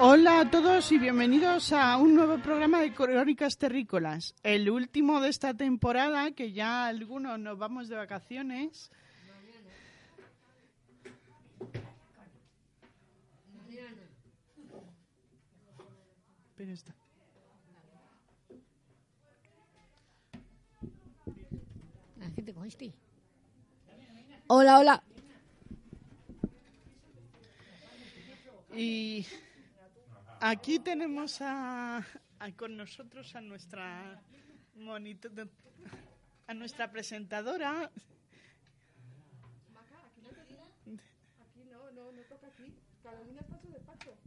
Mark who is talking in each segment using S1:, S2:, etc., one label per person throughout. S1: Hola a todos y bienvenidos a un nuevo programa de Crónicas Terrícolas, el último de esta temporada que ya algunos nos vamos de vacaciones. Pero está.
S2: Así te conste.
S3: Hola, hola.
S1: Y aquí tenemos a, a- con nosotros a nuestra monito- a nuestra presentadora.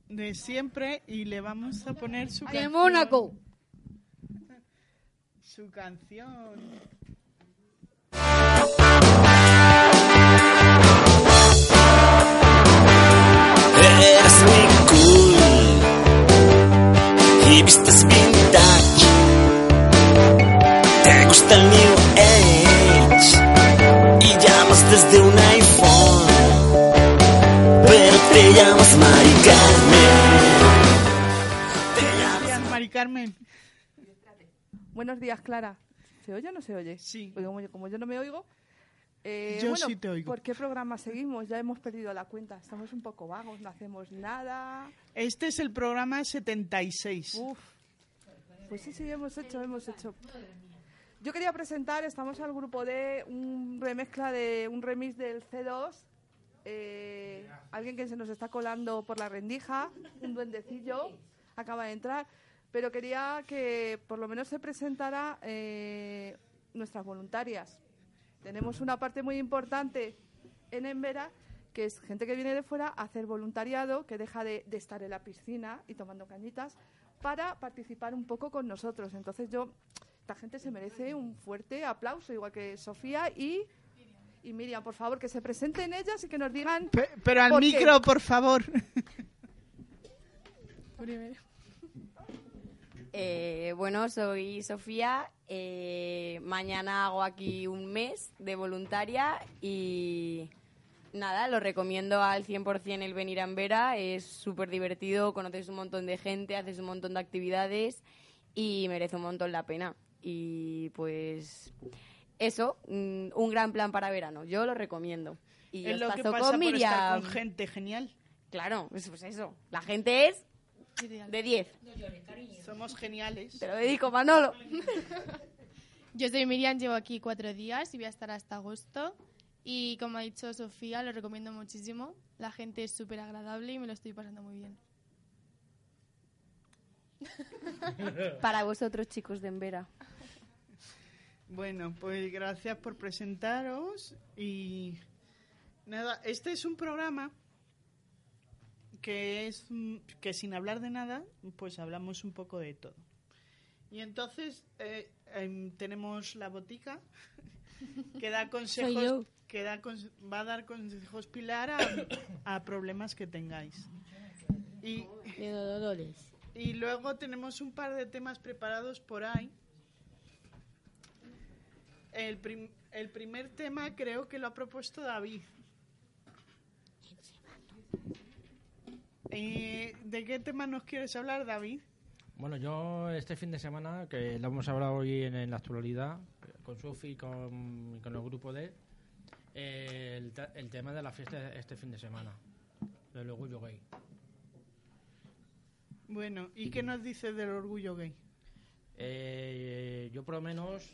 S1: De siempre y le vamos a poner su
S3: De
S1: canción.
S3: Mónaco.
S1: Su canción.
S4: Eres muy cool y vistes vintage. Te gusta el New Age y llamas desde un iPhone, pero te llamas Mari Carmen. Te llamas
S1: Gracias, Mari Carmen.
S5: Buenos días, Clara. ¿Se oye o no se oye?
S1: Sí.
S5: Porque como, yo- como yo no me oigo. eh,
S1: Yo
S5: bueno,
S1: sí te oigo.
S5: ¿Por qué programa seguimos? Ya hemos perdido la cuenta. Estamos un poco vagos, no hacemos nada.
S1: Este es el programa 76.
S5: Uf. Pues sí, sí, hemos hecho, hemos hecho. Yo quería presentar, estamos al grupo de un remezcla de un remix del C2. eh, alguien que se nos está colando por la rendija, un duendecillo, acaba de entrar. Pero quería que por lo menos se presentara eh, nuestras voluntarias. Tenemos una parte muy importante en Embera, que es gente que viene de fuera a hacer voluntariado, que deja de, de estar en la piscina y tomando cañitas, para participar un poco con nosotros. Entonces yo, esta gente se merece un fuerte aplauso, igual que Sofía y, y Miriam, por favor, que se presenten ellas y que nos digan...
S1: Pe- Pero al
S5: ¿Por qué?
S1: micro, por favor.
S6: Eh, bueno, soy Sofía. eh, mañana hago aquí un mes de voluntaria y nada, lo recomiendo al 100% el venir a Ambera. Es súper divertido, conoces un montón de gente, haces un montón de actividades y merece un montón la pena. Y pues eso, mm, un gran plan para verano. Yo lo recomiendo. Y
S1: es
S6: os
S1: lo que
S6: paso
S1: pasa
S6: con
S1: por estar
S6: Miriam.
S1: con gente genial.
S6: Claro, pues pues eso. La gente es de 10.
S1: Somos geniales.
S6: Te lo dedico, Manolo.
S7: Yo soy Miriam, llevo aquí cuatro días y voy a estar hasta agosto. Y como ha dicho Sofía, lo recomiendo muchísimo. La gente es súper agradable y me lo estoy pasando muy bien.
S6: Para vosotros, chicos de Embera.
S1: Bueno, pues gracias por presentaros y nada, este es un programa que es mm, que sin hablar de nada, pues hablamos un poco de todo. Y entonces eh, em, tenemos la botica que da consejos,
S3: yo.
S1: que da cons- va a dar consejos Pilar a, a problemas que tengáis. Y,
S3: De Dolores.
S1: y luego tenemos un par de temas preparados por ahí. El, prim- el primer tema creo que lo ha propuesto David. Eh, ¿De qué tema nos quieres hablar, David?
S8: Bueno, yo este fin de semana, que lo hemos hablado hoy en, en la actualidad, con Sufi y con, y con el grupo de, eh, el, ta- el tema de la fiesta de este fin de semana, del orgullo gay.
S1: Bueno, ¿y qué nos dices del orgullo gay?
S8: Eh, yo por lo menos,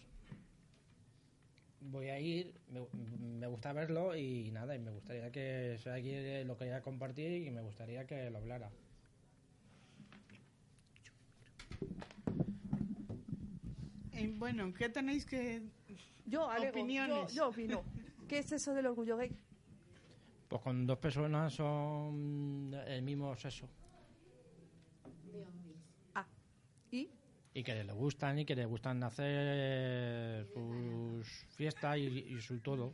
S8: voy a ir, me, me gusta verlo y nada, y me gustaría que si alguien lo quería compartir y me gustaría que lo hablara.
S1: Eh, bueno, ¿qué tenéis que...?
S5: Yo, alego,
S1: Opiniones.
S5: Yo, yo opino. ¿Qué es eso del orgullo gay?
S8: Pues con dos personas son el mismo sexo.
S5: ¿Y?
S8: Y que les gustan y que les gustan hacer sus fiestas y, y su todo.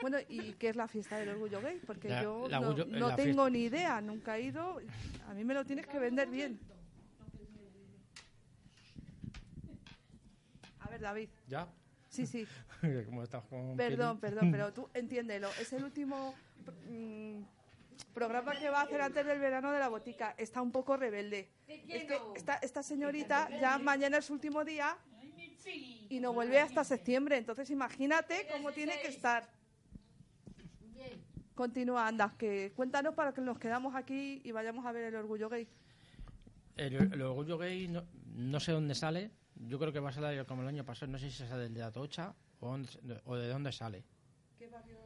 S5: Bueno, ¿y qué es la fiesta del orgullo gay? Porque
S8: La-
S5: yo
S8: la
S5: no,
S8: orgullo-
S5: no
S8: la
S5: tengo
S8: fiesta-
S5: ni idea, nunca he ido. A mí me lo tienes que vender bien. A ver, David.
S8: ¿Ya?
S5: Sí, sí.
S8: Como estás con
S5: Perdón,
S8: Kelly.
S5: perdón, pero tú entiéndelo. Es el último mm, programa que va a hacer antes del verano de la botica. Está un poco rebelde. Es que esta, esta señorita ya mañana es su último día y no vuelve hasta septiembre. Entonces imagínate cómo tiene que estar. Continúa, anda, que cuéntanos para que nos quedamos aquí y vayamos a ver el orgullo gay.
S8: El, el orgullo gay no, no sé dónde sale. Yo creo que va a salir como el año pasado. No sé si sale de Atocha o, dónde- o de dónde sale.
S5: ¿Qué barrios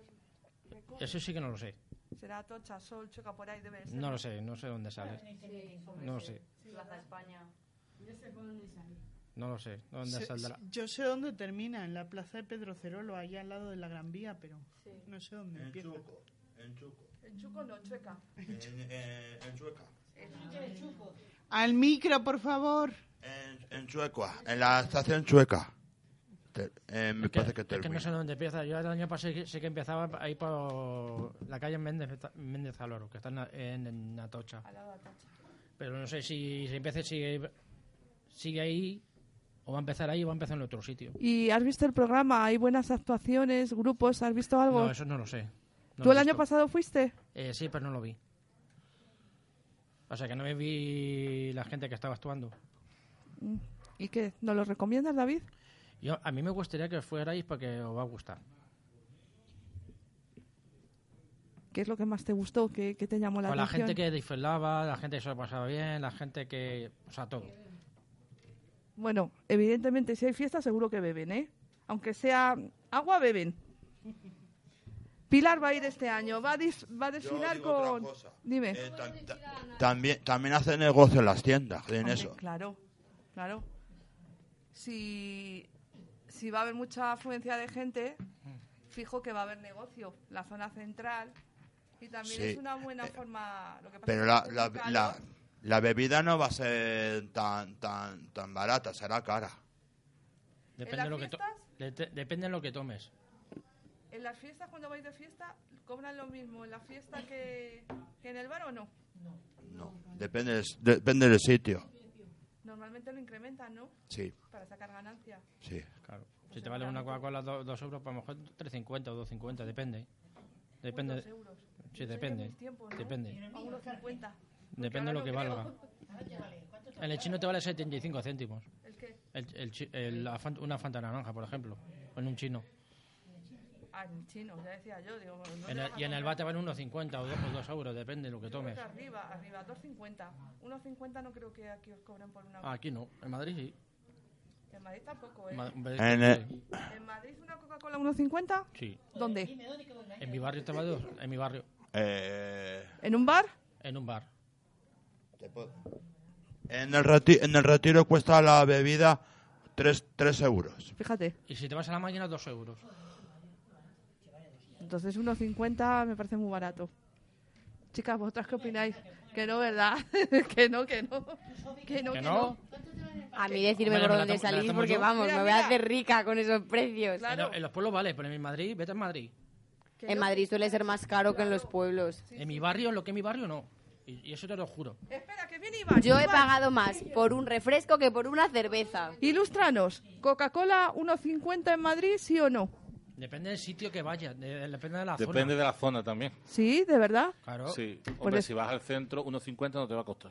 S5: recoge?
S8: Eso sí que no lo sé.
S5: Será Tocha, Sol, Choca, por ahí debe ser.
S8: No lo sé, no sé dónde sale. No lo sé,
S6: Plaza España.
S2: Yo sé por dónde sale.
S8: no lo sé. ¿Dónde
S1: Se-
S8: saldrá?
S1: yo sé dónde termina, en la plaza de Pedro Cerolo, ahí al lado de la Gran Vía, pero no sé dónde
S9: En
S1: empieza.
S9: Chuco. En Chuco.
S5: En Chuco no, Chueca.
S9: En, en, en Chueca.
S1: Al micro, por favor.
S9: En, en Chuecua. En la estación Chueca. Te- eh, me parece que
S8: Es que no
S9: termina.
S8: sé dónde empieza. Yo el año pasado sí que- sí que empezaba ahí por la calle Méndez, Méndez Álvaro, que está en, la- en- en Atocha.
S5: Al lado de Atocha.
S8: Pero no sé si, si empieza, sigue, sigue ahí, o va a empezar ahí o va a empezar en otro sitio.
S5: ¿Y has visto el programa? ¿Hay buenas actuaciones, grupos? ¿Has visto algo?
S8: No, eso no lo sé. No
S5: ¿Tú
S8: lo
S5: el
S8: he
S5: año
S8: visto.
S5: pasado fuiste?
S8: Eh, sí, pero no lo vi. O sea, que no me vi la gente que estaba actuando.
S5: ¿Y qué? ¿Nos lo recomiendas, David?
S8: Yo, a mí me gustaría que fuerais porque os va a gustar.
S5: ¿Qué es lo que más te gustó? ¿Qué, qué te llamó la
S8: Con la
S5: atención?
S8: gente que disfrutaba, la gente que se lo pasaba bien, la gente que... O sea, todo.
S5: Bueno, evidentemente, si hay fiesta, seguro que beben, ¿eh? Aunque sea agua, beben. Pilar va a ir este año. Va a, dis- va a desfilar
S9: digo otra
S5: con...
S9: cosa.
S5: Dime.
S9: Eh, tan- ta- también, también hace negocio en las tiendas, en
S5: Hombre,
S9: eso.
S5: Claro, claro. Si, si va a haber mucha afluencia de gente, fijo que va a haber negocio. La zona central. Y también
S9: Sí, Eh,
S5: es una buena forma. Lo que pasa
S9: Pero
S5: es
S9: la,
S5: que
S9: la,
S5: hace mucho
S9: la,
S5: calor.
S9: la bebida no va a ser tan, tan, tan barata, será cara.
S8: Depende,
S5: las
S8: de lo, que to-
S5: fiestas?
S8: de- de- depende de lo que tomes.
S5: ¿En las fiestas, cuando vais de fiesta, cobran lo mismo en la fiesta que, que en el bar o no?
S9: No, depende del, depende del sitio.
S5: Normalmente lo incrementan, ¿no?
S9: Sí,
S5: Para sacar ganancia.
S9: sí.
S8: Claro. Si
S5: Pues
S8: te vale una Coca-Cola do- dos euros, pues a lo mejor 3.50 o 2.50, depende. Depende.
S5: Unos Pues euros.
S8: Sí,
S5: Eso ya en
S8: depende.
S5: mis tiempos, ¿no?
S8: Depende.
S5: A unos 50.
S8: Depende de lo que
S5: ahora no
S8: valga.
S10: Ah,
S8: En el chino te vale 75 céntimos.
S5: ¿El qué?
S8: El- el chi- el- la fan- una fanta naranja, por ejemplo. En un chino.
S5: Ah, en chino, ya decía yo. Digo, bueno,
S8: En
S5: no te
S8: el-
S5: vas a
S8: y en el pues,
S5: comprar
S8: bar te valen 1,50 o 2, o dos euros, depende de lo que
S5: Creo
S8: tomes.
S5: que Arriba, arriba, 2.50. 1.50 no creo que aquí os cobren por una.
S8: Ah, aquí no. En Madrid sí.
S5: En Madrid tampoco, ¿eh?
S8: En Ma- en
S9: En
S8: Madrid
S9: el-
S5: ¿En Madrid una Coca-Cola 1.50?
S8: sí.
S5: ¿Dónde?
S8: En mi barrio te vale dos. En mi barrio.
S9: eh,
S5: ¿En un bar?
S8: En un bar.
S9: te puedo- en, el reti- en el retiro cuesta la bebida 3, euros.
S5: Fíjate.
S8: Y si te vas a la máquina, dos euros.
S5: Entonces 1.50 me parece muy barato. Chicas, ¿vosotras qué opináis? Que no, ¿verdad? que no, que no. Que no,
S8: ¿Que
S5: que
S8: no?
S5: no.
S6: A mí decirme
S8: Hombre, me la
S6: por dónde
S8: tomo- me la
S6: salís
S8: tomo
S6: porque
S8: yo.
S6: vamos,
S5: Mira,
S6: me voy a
S5: mira.
S6: hacer rica con esos precios.
S8: En,
S5: Claro.
S8: en los pueblos vale, pero en Madrid, vete a Madrid.
S5: que
S6: En
S5: no.
S6: Madrid suele ser más caro que en los pueblos.
S8: en mi barrio, lo que es mi barrio, no. Y, y eso te lo juro.
S5: Espera, que viene Iván.
S6: Yo he
S5: Iván,
S6: pagado más por un refresco que por una cerveza.
S5: Ilústranos. ¿Coca-Cola 1.50 en Madrid, sí o no?
S8: Depende del sitio que vayas, de- de- depende de la
S11: Depende
S8: zona.
S11: de la zona también.
S5: Sí, de verdad.
S8: Claro.
S11: Sí.
S5: Por
S11: Hombre,
S5: eso-
S11: si vas al centro, 1,50 no te va a costar.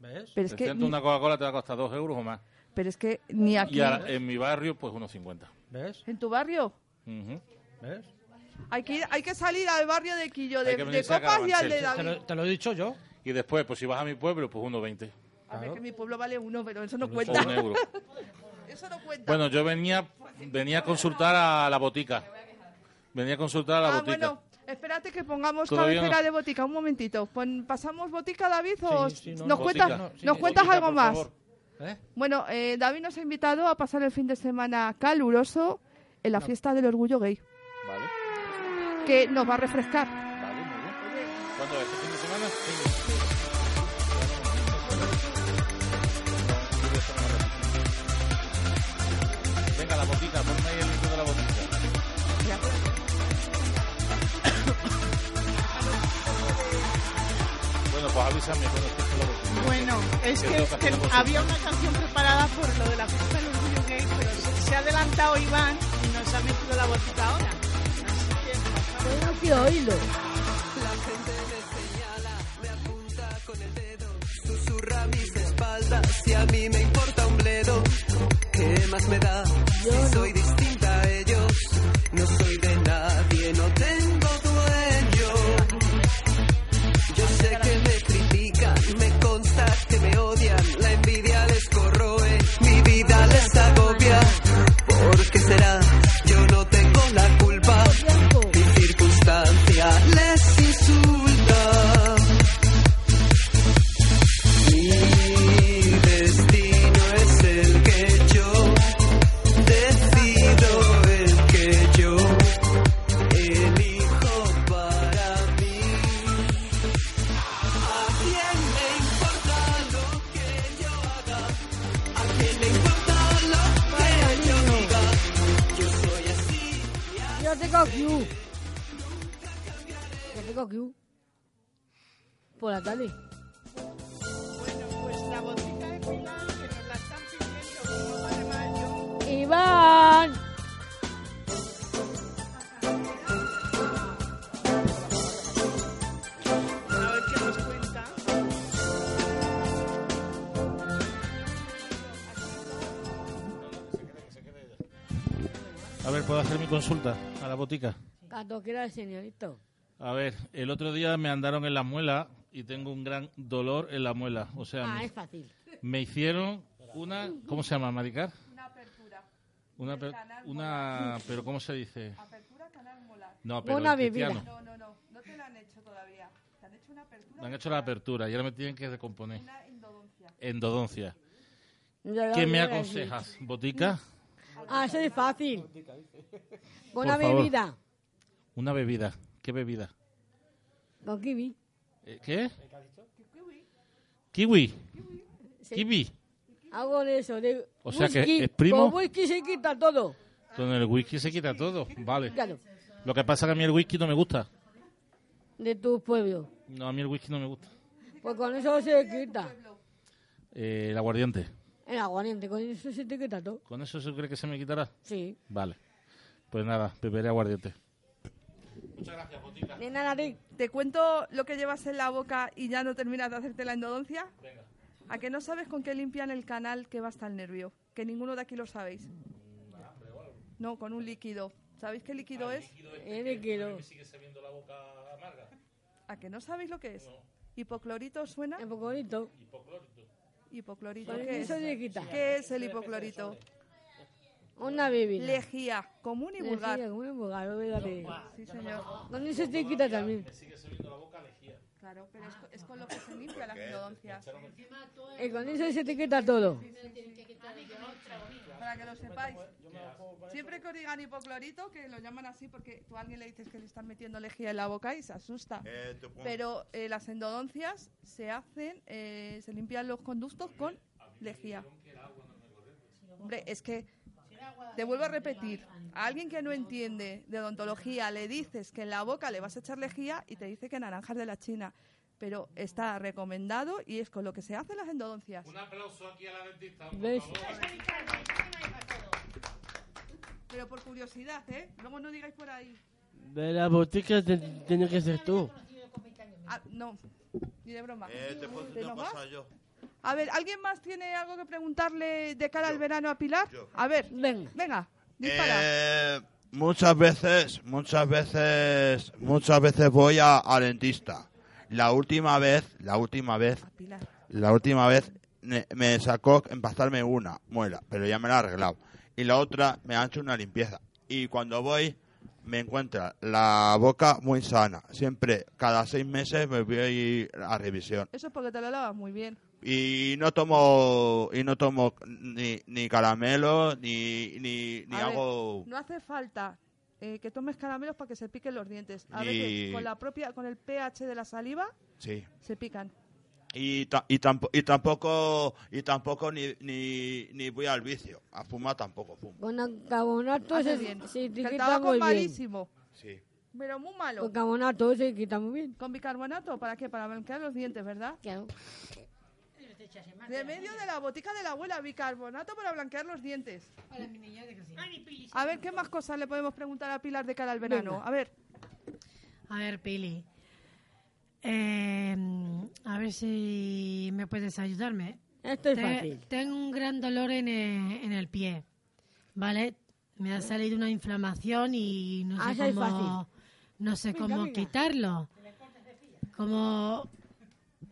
S8: ¿Ves?
S5: Pero es
S11: el
S5: que,
S11: centro, una Coca-Cola te va a costar 2 euros o más.
S5: pero es que ni aquí.
S11: Y ahora, en mi barrio, pues 1,50.
S8: ¿Ves?
S5: ¿En tu barrio?
S11: Ujú.
S8: ¿Ves?
S5: Hay que, ir- hay que salir al barrio de Quillo, de,
S11: Hay que
S5: de
S11: venirse a
S5: Copas y al de
S11: Carabanchel.
S8: Te
S5: David.
S8: lo, te lo he dicho yo.
S11: Y después, pues si vas a mi pueblo, pues 1,20.
S5: A ver,
S8: Claro.
S5: que mi pueblo vale uno, pero eso no
S11: O
S5: cuenta.
S11: 1 euro.
S5: Eso no cuenta.
S11: Bueno, yo venía, venía a consultar a la botica. Venía a consultar a la
S5: Ah,
S11: botica.
S5: bueno, espérate que pongamos
S11: Todavía
S5: cabecera
S11: no.
S5: de botica. Un momentito. Pon- ¿Pasamos botica, David? O
S11: Sí, sí, no,
S5: ¿Nos
S11: botica.
S5: cuentas,
S11: No, sí,
S5: ¿nos
S11: sí,
S5: cuentas
S11: botica,
S5: algo
S11: por
S5: más?
S11: favor. ¿Eh?
S5: Bueno, eh, David nos ha invitado a pasar el fin de semana caluroso en la fiesta del orgullo gay,
S11: Vale.
S5: que nos va a refrescar.
S11: Vale, muy bien. ¿Cuándo es? ¿Este fin de semana? Sí. Venga, la botica, ponme ahí el libro de la botica. Bueno, pues avísame cuando estés con la botica.
S1: Bueno, es que,
S11: toca
S1: que
S11: la botica.
S1: había una canción preparada por lo de la fiesta del orgullo gay, pero se, se ha adelantado Iván y nos ha metido la botita ahora.
S3: Tengo que oírlo.
S12: Susurra mis espaldas si a mí me importa un bledo. ¿Qué más me da? Si soy distinta a ellos, no soy de nadie, no tengo dueño. Yo sé que me critican, me consta que me odian, la envidia les corroe, mi vida les agobia. ¿Por qué será? Yo no tengo la culpa, mi circunstancia les insulta. Mi destino es el que yo decido, el que yo elijo para mí. ¿A quién le importa lo que yo haga? ¿A quién le importa lo que yo diga? Yo soy así.
S3: Yo tengo Q. Yo tengo Q. Por la tarde. Iván.
S11: A ver, ¿puedo hacer mi consulta a la botica?
S3: Cuando quiera el señorito.
S11: A ver, el otro día me andaron en la muela y tengo un gran dolor en la muela. O sea,
S3: Ah,
S11: me-
S3: es fácil.
S11: me hicieron una... ¿Cómo se llama, Maricar? Una apertura. Una, una pero ¿cómo se dice?
S5: Apertura canal molar.
S11: No, pero Una el bebida. cristiano.
S5: No, no, no. No te la han hecho todavía. Te han hecho una apertura.
S11: Me han hecho la apertura y ahora me tienen que recomponer.
S5: Una endodoncia.
S11: Endodoncia.
S3: Yo lo
S11: ¿Qué me
S3: digo que
S11: aconsejas?
S3: sí.
S11: ¿Botica?
S3: Ah, eso es fácil.
S11: Por
S3: Una
S11: favor.
S3: bebida.
S11: Una bebida. ¿Qué bebida?
S3: Con kiwi.
S11: Eh, ¿Qué? Kiwi.
S3: Sí.
S11: Kiwi.
S3: Hago de eso. De
S11: O sea que
S3: whisky.
S11: es primo.
S3: Con whisky se quita todo.
S11: Con el whisky se quita todo. Vale.
S3: Claro.
S11: Lo que pasa es que a mí el whisky no me gusta.
S3: De tu pueblo.
S11: No, a mí el whisky no me gusta.
S3: Pues con eso se quita.
S11: Eh, el aguardiente.
S3: El aguardiente. Con eso se te quita todo.
S11: ¿Con eso se cree que se me quitará?
S3: Sí.
S11: Vale. Pues nada, beberé aguardiente.
S5: De nada, ¿Te cuento lo que llevas en la boca y ya no terminas de hacerte la endodoncia? ¿A que no sabes con qué limpian el canal que va hasta el nervio? Que ninguno de aquí lo sabéis. No, con un líquido. ¿Sabéis qué Ah, líquido este es?
S3: El líquido.
S5: ¿A que no sabéis lo que es? ¿Hipoclorito os suena?
S3: Hipoclorito.
S5: ¿Hipoclorito
S3: Pues
S5: qué es?
S3: eso le quita.
S5: ¿Qué es el hipoclorito?
S3: Una bebida.
S5: Lejía, común y
S3: Lejía,
S5: vulgar.
S3: común y vulgar, lo veo que-
S5: Sí, señor.
S3: Con eso te quita también.
S5: Claro, pero es, co- es con lo que se limpia las endodoncias.
S3: Y Eh, con eso se te quita todo.
S5: Para que lo sepáis. Siempre que os digan hipoclorito, que lo llaman así porque tú a alguien le dices que le están metiendo lejía en la boca y se asusta. Pero eh, las endodoncias se hacen, eh, se limpian los conductos con lejía. Hombre, es que te vuelvo a repetir, a alguien que no entiende de odontología le dices que en la boca le vas a echar lejía y te dice que naranjas de la China. Pero está recomendado y es con lo que se hacen las endodoncias.
S11: Un aplauso aquí a la dentista.
S5: ¿Ves? Pero por curiosidad, ¿eh? Luego no digáis por ahí.
S13: De la botica te, tenía que ser tú.
S5: Ah, no, ni de broma.
S9: Eh, te puedo-
S5: ¿De
S9: te
S5: no
S9: he pasado
S5: más?
S9: yo.
S5: A ver, ¿alguien más tiene algo que preguntarle de cara al verano a Pilar? A ver, venga, dispara.
S9: Eh, muchas veces, muchas veces, muchas veces voy a- al dentista. La última vez, la última vez,
S5: Pilar.
S9: la última vez me, me sacó empastarme una muela, pero ya me la ha arreglado. Y la otra me ha hecho una limpieza. Y cuando voy, me encuentra la boca muy sana. Siempre, cada seis meses me voy a revisión.
S5: Eso es porque te lo lavas muy bien.
S9: Y no tomo, y no tomo ni, ni caramelo, ni, ni, ni
S5: A ver,
S9: hago...
S5: no hace falta eh, que tomes caramelos para que se piquen los dientes. A
S9: Ni-
S5: veces con la propia, con el pH de la saliva
S9: Sí.
S5: se pican.
S9: Y, ta- y, tampo- y tampoco, y tampoco ni, ni, ni voy al vicio. A fumar tampoco fumo.
S3: Con carbonato
S5: Hace
S3: se,
S5: bien.
S3: se
S5: Que el
S3: etiqueta
S5: tabaco
S3: muy
S5: es
S3: bien.
S5: malísimo,
S9: Sí.
S5: pero muy malo.
S3: Con carbonato se quita muy bien.
S5: ¿Con bicarbonato? ¿Para qué? Para blanquear los dientes, ¿verdad? De medio de la botica de la abuela, bicarbonato para blanquear los dientes. A ver, ¿qué más cosas le podemos preguntar a Pilar de cara al verano?
S14: Venga.
S5: A ver.
S14: A ver, Pili. Eh, a ver si me puedes ayudarme.
S3: Esto es
S14: Te-
S3: fácil.
S14: Tengo un gran dolor en el, en el pie. ¿Vale? Me ha salido una inflamación y no
S3: Ah, eso
S14: sé
S3: es
S14: cómo, no sé
S3: Venga,
S14: cómo
S3: venga.
S14: quitarlo. ¿Cómo,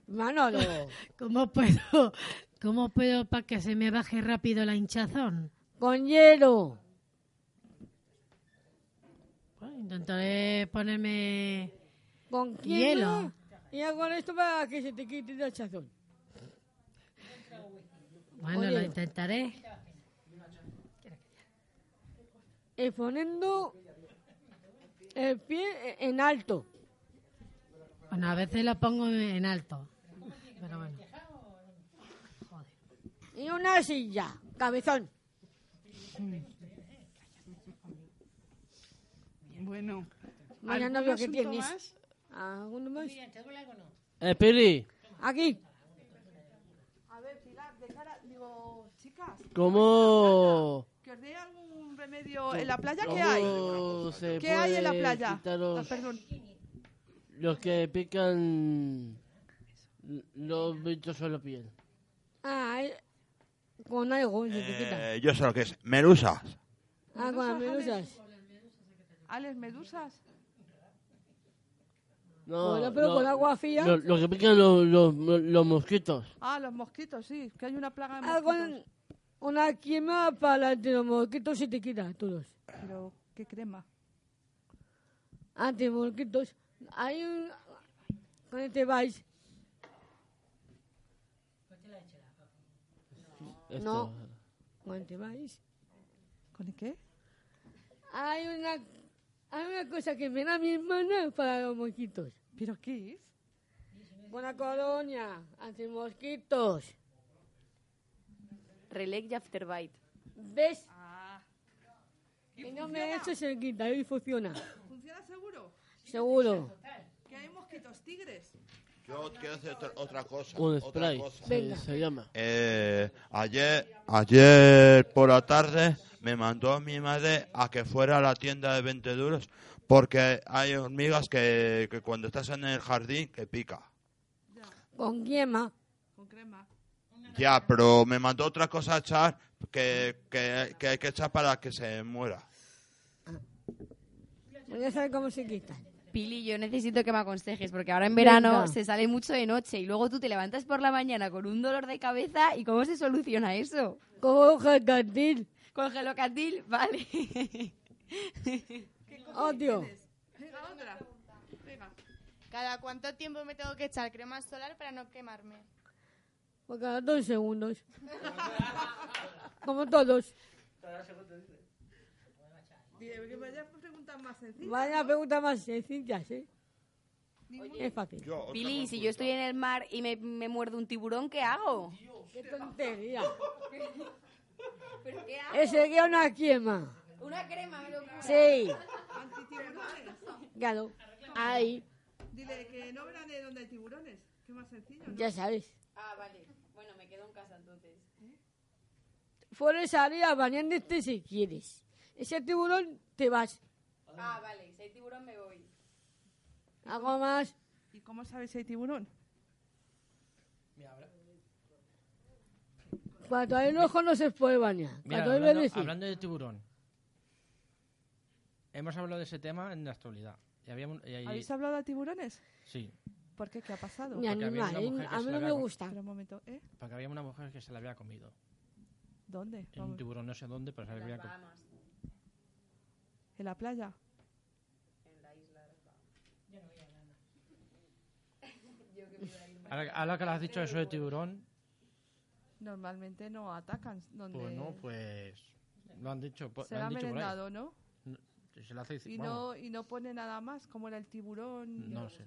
S3: Manolo.
S14: ¿Cómo puedo, cómo puedo para que se me baje rápido la hinchazón?
S3: Con hielo.
S14: Bueno, intentaré ponerme
S3: Con
S14: hielo.
S3: Y con esto para que se te quite el chazón.
S14: Bueno,
S3: Con
S14: lo
S3: hielo.
S14: intentaré.
S3: Y eh, poniendo el pie en alto.
S14: Bueno, a veces lo pongo en alto. Pero bueno.
S3: Y una silla. Cabezón.
S1: Bueno.
S3: Vaya novio que
S1: ¿Algún asunto
S3: tienes.
S1: más?
S3: ¿Alguno más?
S13: Eh, Pili,
S3: Aquí.
S5: A ver, Pilar, de cara, digo, chicas,
S13: ¿cómo,
S5: que os dé algún remedio en la playa, ¿qué
S13: cómo
S5: hay?
S13: se
S5: ¿Qué hay en la
S13: puede
S5: playa?
S13: quitar
S5: Ah,
S13: los-
S5: perdón.
S13: los que pican los bichos en la piel?
S3: Ah, eh, con algo se te quita.
S9: Eh, yo sé lo que es. Merusas.
S3: Ah, con las medusas.
S5: ¿A las medusas?
S13: No,
S3: Bueno, pero
S13: no,
S3: con agua fría.
S13: Lo, lo que pican los, los, los mosquitos.
S5: Ah, los mosquitos, sí, que hay una plaga de
S3: Ah,
S5: mosquitos.
S3: con una quema para los mosquitos se te quita, todos.
S5: Pero, ¿qué crema?
S3: Antimosquitos. Hay un... Con este vais. No. Con este vais.
S5: ¿Con qué?
S3: Hay una... Hay una cosa que me da mi hermana para los mosquitos.
S5: ¿Pero qué es?
S3: Una colonia, antimosquitos.
S6: Relax y Afterbite.
S3: ¿Ves?
S5: Ah.
S3: Y no me eches se quita, y funciona.
S5: ¿Funciona seguro?
S3: Seguro.
S5: Que hay mosquitos tigres.
S9: Yo quiero hacer otra, otra cosa.
S13: Un
S9: otra
S13: spray,
S9: cosa.
S13: se, se llama.
S9: Eh, ayer, ayer por la tarde me mandó mi madre a que fuera a la tienda de 20 duros porque hay hormigas que, que cuando estás en el jardín que pica.
S3: Con yema.
S5: Con crema.
S9: Ya, pero me mandó otra cosa a echar que, que, que hay que echar para que se muera.
S3: Voy a saber Pues cómo se quita.
S6: Pili, yo necesito que me aconsejes porque ahora en verano
S3: Venga.
S6: se sale mucho de noche y luego tú te levantas por la mañana con un dolor de cabeza y ¿cómo se soluciona eso?
S3: Con gelocatil.
S6: Con gelocatil, vale.
S3: Odio.
S5: Venga, otra. Venga.
S7: ¿Cada cuánto tiempo me tengo que echar crema solar para no quemarme?
S3: Por cada dos segundos. Como todos.
S5: Dile, que vaya preguntas más sencillas.
S3: Vaya pregunta más sencilla, ¿eh? Es fácil.
S6: Pili, si yo estoy en el mar y me, me muerde un tiburón, ¿qué hago?
S3: ¡Qué tontería!
S6: ¿Pero qué hago?
S3: Ese que es una quema.
S6: Una crema, me lo cura.
S3: Sí.
S5: Antitiburones.
S3: Claro. Ahí,
S5: Dile que no verán de donde hay tiburones. Qué más sencillo, ¿no?
S3: ya sabes.
S6: Ah, vale. Bueno, me quedo en casa entonces.
S5: ¿Eh?
S3: Fuera salir a bañarte si quieres. Ese tiburón te vas.
S6: Ah, vale. Si hay tiburón, me voy.
S3: Algo más.
S5: ¿Y cómo sabes si hay tiburón?
S3: Cuando hay un ojo no se puede bañar.
S8: Mira,
S3: Cuando hay
S8: hablando,
S3: verde sí.
S8: hablando de tiburón. Hemos hablado de ese tema en la actualidad. Y habíamos- y ahí-
S5: ¿Habéis hablado de tiburones?
S8: sí.
S5: ¿Por qué? ¿Qué ha pasado?
S3: Ni
S8: Porque había
S3: animal,
S8: una
S3: ¿eh?
S8: mujer que
S3: a
S8: se la
S3: mí no me
S8: había-
S3: gusta.
S5: Espera un momento, ¿eh?
S8: Porque había una mujer que se la había comido.
S5: ¿Dónde?
S8: En un tiburón, no sé dónde, pero se la había comido.
S5: ¿En la playa?
S8: Ahora, ahora que lo has dicho eso de tiburón,
S5: Normalmente no atacan. Donde
S8: pues no, pues. Lo han dicho. po-
S5: se
S8: lo
S5: la
S8: han
S5: han
S8: dicho por ahí.
S5: merendado, ¿no?
S8: No, Se la hace.
S5: Y
S8: pues, vamos,
S5: no, y no pone nada más, como era el tiburón.
S8: No sé.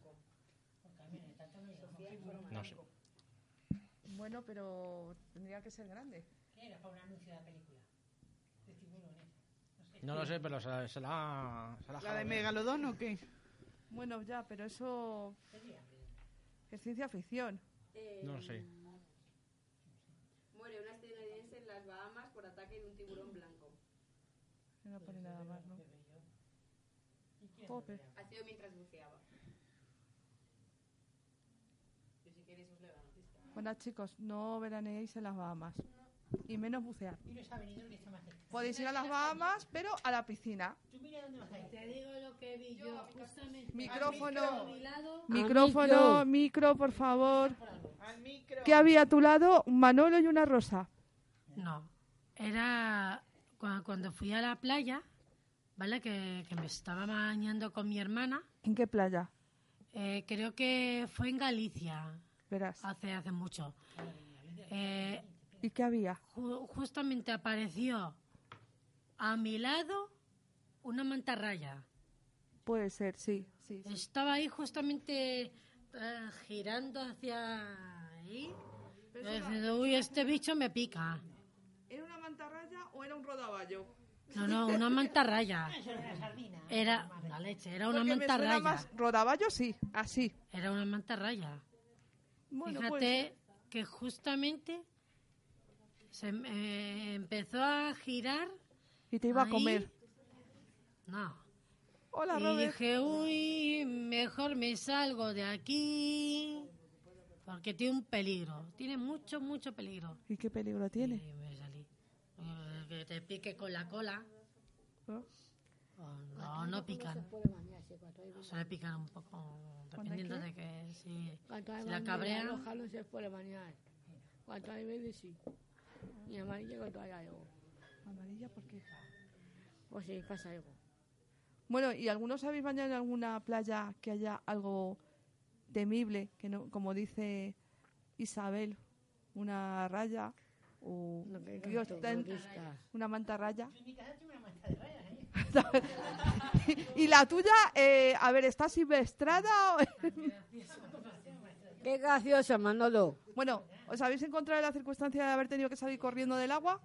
S8: No sé.
S5: Bueno, pero tendría que ser grande.
S10: Era para un anuncio de la película. De tiburones.
S8: No lo sé, pero se la, se la, se la ha
S1: ¿La de
S8: jalado.
S1: megalodón o qué?
S5: Bueno, ya, pero eso es ciencia ficción.
S8: No sé.
S6: Eh, Muere una estadounidense en las Bahamas por ataque de un tiburón blanco.
S5: No pone nada más, ¿no? Jope.
S6: Ha sido mientras buceaba. Yo si queréis os leo la noticia.
S5: Bueno, chicos, no veraneéis en las Bahamas. Y menos bucear.
S10: Y los avenidos que está más cerca.
S14: Pues,
S5: Podéis ir a las Bahamas, pero a la piscina.
S10: Tú mira dónde vas a ir. Te digo lo que vi yo, justamente.
S5: Micrófono.
S10: Mi lado,
S5: Micrófono, micro, por favor. ¿Qué había a tu lado? Un Manolo y una rosa.
S14: No, era cua- cuando fui a la playa, ¿vale? Que, que me estaba bañando con mi hermana.
S5: ¿En qué playa?
S14: Eh, creo que fue en Galicia.
S5: Verás.
S14: Hace, hace mucho. Eh,
S5: ¿Y qué había?
S14: ju- justamente apareció a mi lado una mantarraya.
S5: Puede ser, sí. sí, sí.
S14: Estaba ahí justamente eh, girando hacia ahí.
S5: Pero
S14: Yo
S5: eso
S14: diciendo, uy, este bicho me pica.
S5: ¿Era una mantarraya o era un rodaballo?
S14: No, no, una mantarraya.
S10: Eso era una sardina.
S14: Era la leche, era una
S5: Porque me suena
S14: mantarraya.
S5: más rodaballo, sí, así.
S14: Era una mantarraya.
S5: Bueno, pues,
S14: Fíjate que justamente se eh, empezó a girar.
S5: Y te iba a
S14: ahí.
S5: comer.
S14: No.
S5: Hola,
S14: y
S5: Robert.
S14: dije, uy, mejor me salgo de aquí porque tiene un peligro. Tiene mucho, mucho peligro.
S5: ¿Y qué peligro tiene?
S14: Me salí. Eh, Que te pique con la cola.
S5: ¿Eh?
S14: Oh, no, no pican. Suele picar un poco, dependiendo
S10: qué?
S14: de que si,
S3: Cuanto hay
S14: si la
S3: bandera,
S14: cabrea.
S3: los jalos se puede bañar. Cuanto hay verde, sí. Y amarilla cuando hay algo.
S5: ¿Amarilla por qué?
S3: Pues sí, pasa algo.
S5: Bueno, ¿y algunos habéis bañado en alguna playa que haya algo temible? que no, Como dice Isabel, una raya o
S3: que
S5: Dios,
S3: canto,
S5: ten-
S3: no que está.
S5: una manta raya.
S10: En mi casa tengo una manta de rayas, ¿eh?
S5: y la tuya, eh, a ver, ¿está silvestrada? o-
S3: Qué graciosa, Manolo.
S5: bueno, ¿os habéis encontrado en la circunstancia de haber tenido que salir corriendo del agua?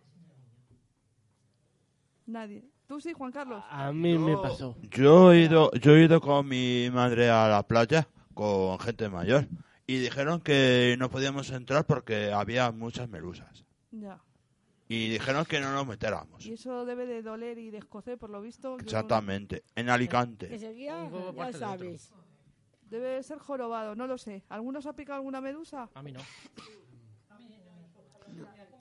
S5: Nadie. ¿Tú sí, Juan Carlos?
S13: A mí me pasó.
S9: Yo he ido, yo he ido con mi madre a la playa con gente mayor y dijeron que no podíamos entrar porque había muchas meruzas
S5: Ya.
S9: y dijeron que no nos metiéramos.
S5: Y eso debe de doler y de escocer, por lo visto. Yo no-
S9: Exactamente, en Alicante.
S3: Ese día,
S5: huevo
S3: ya
S5: parte del otro.
S3: sabes.
S5: Debe de ser jorobado, no lo sé. ¿Algunos ha picado alguna medusa?
S8: A mí no.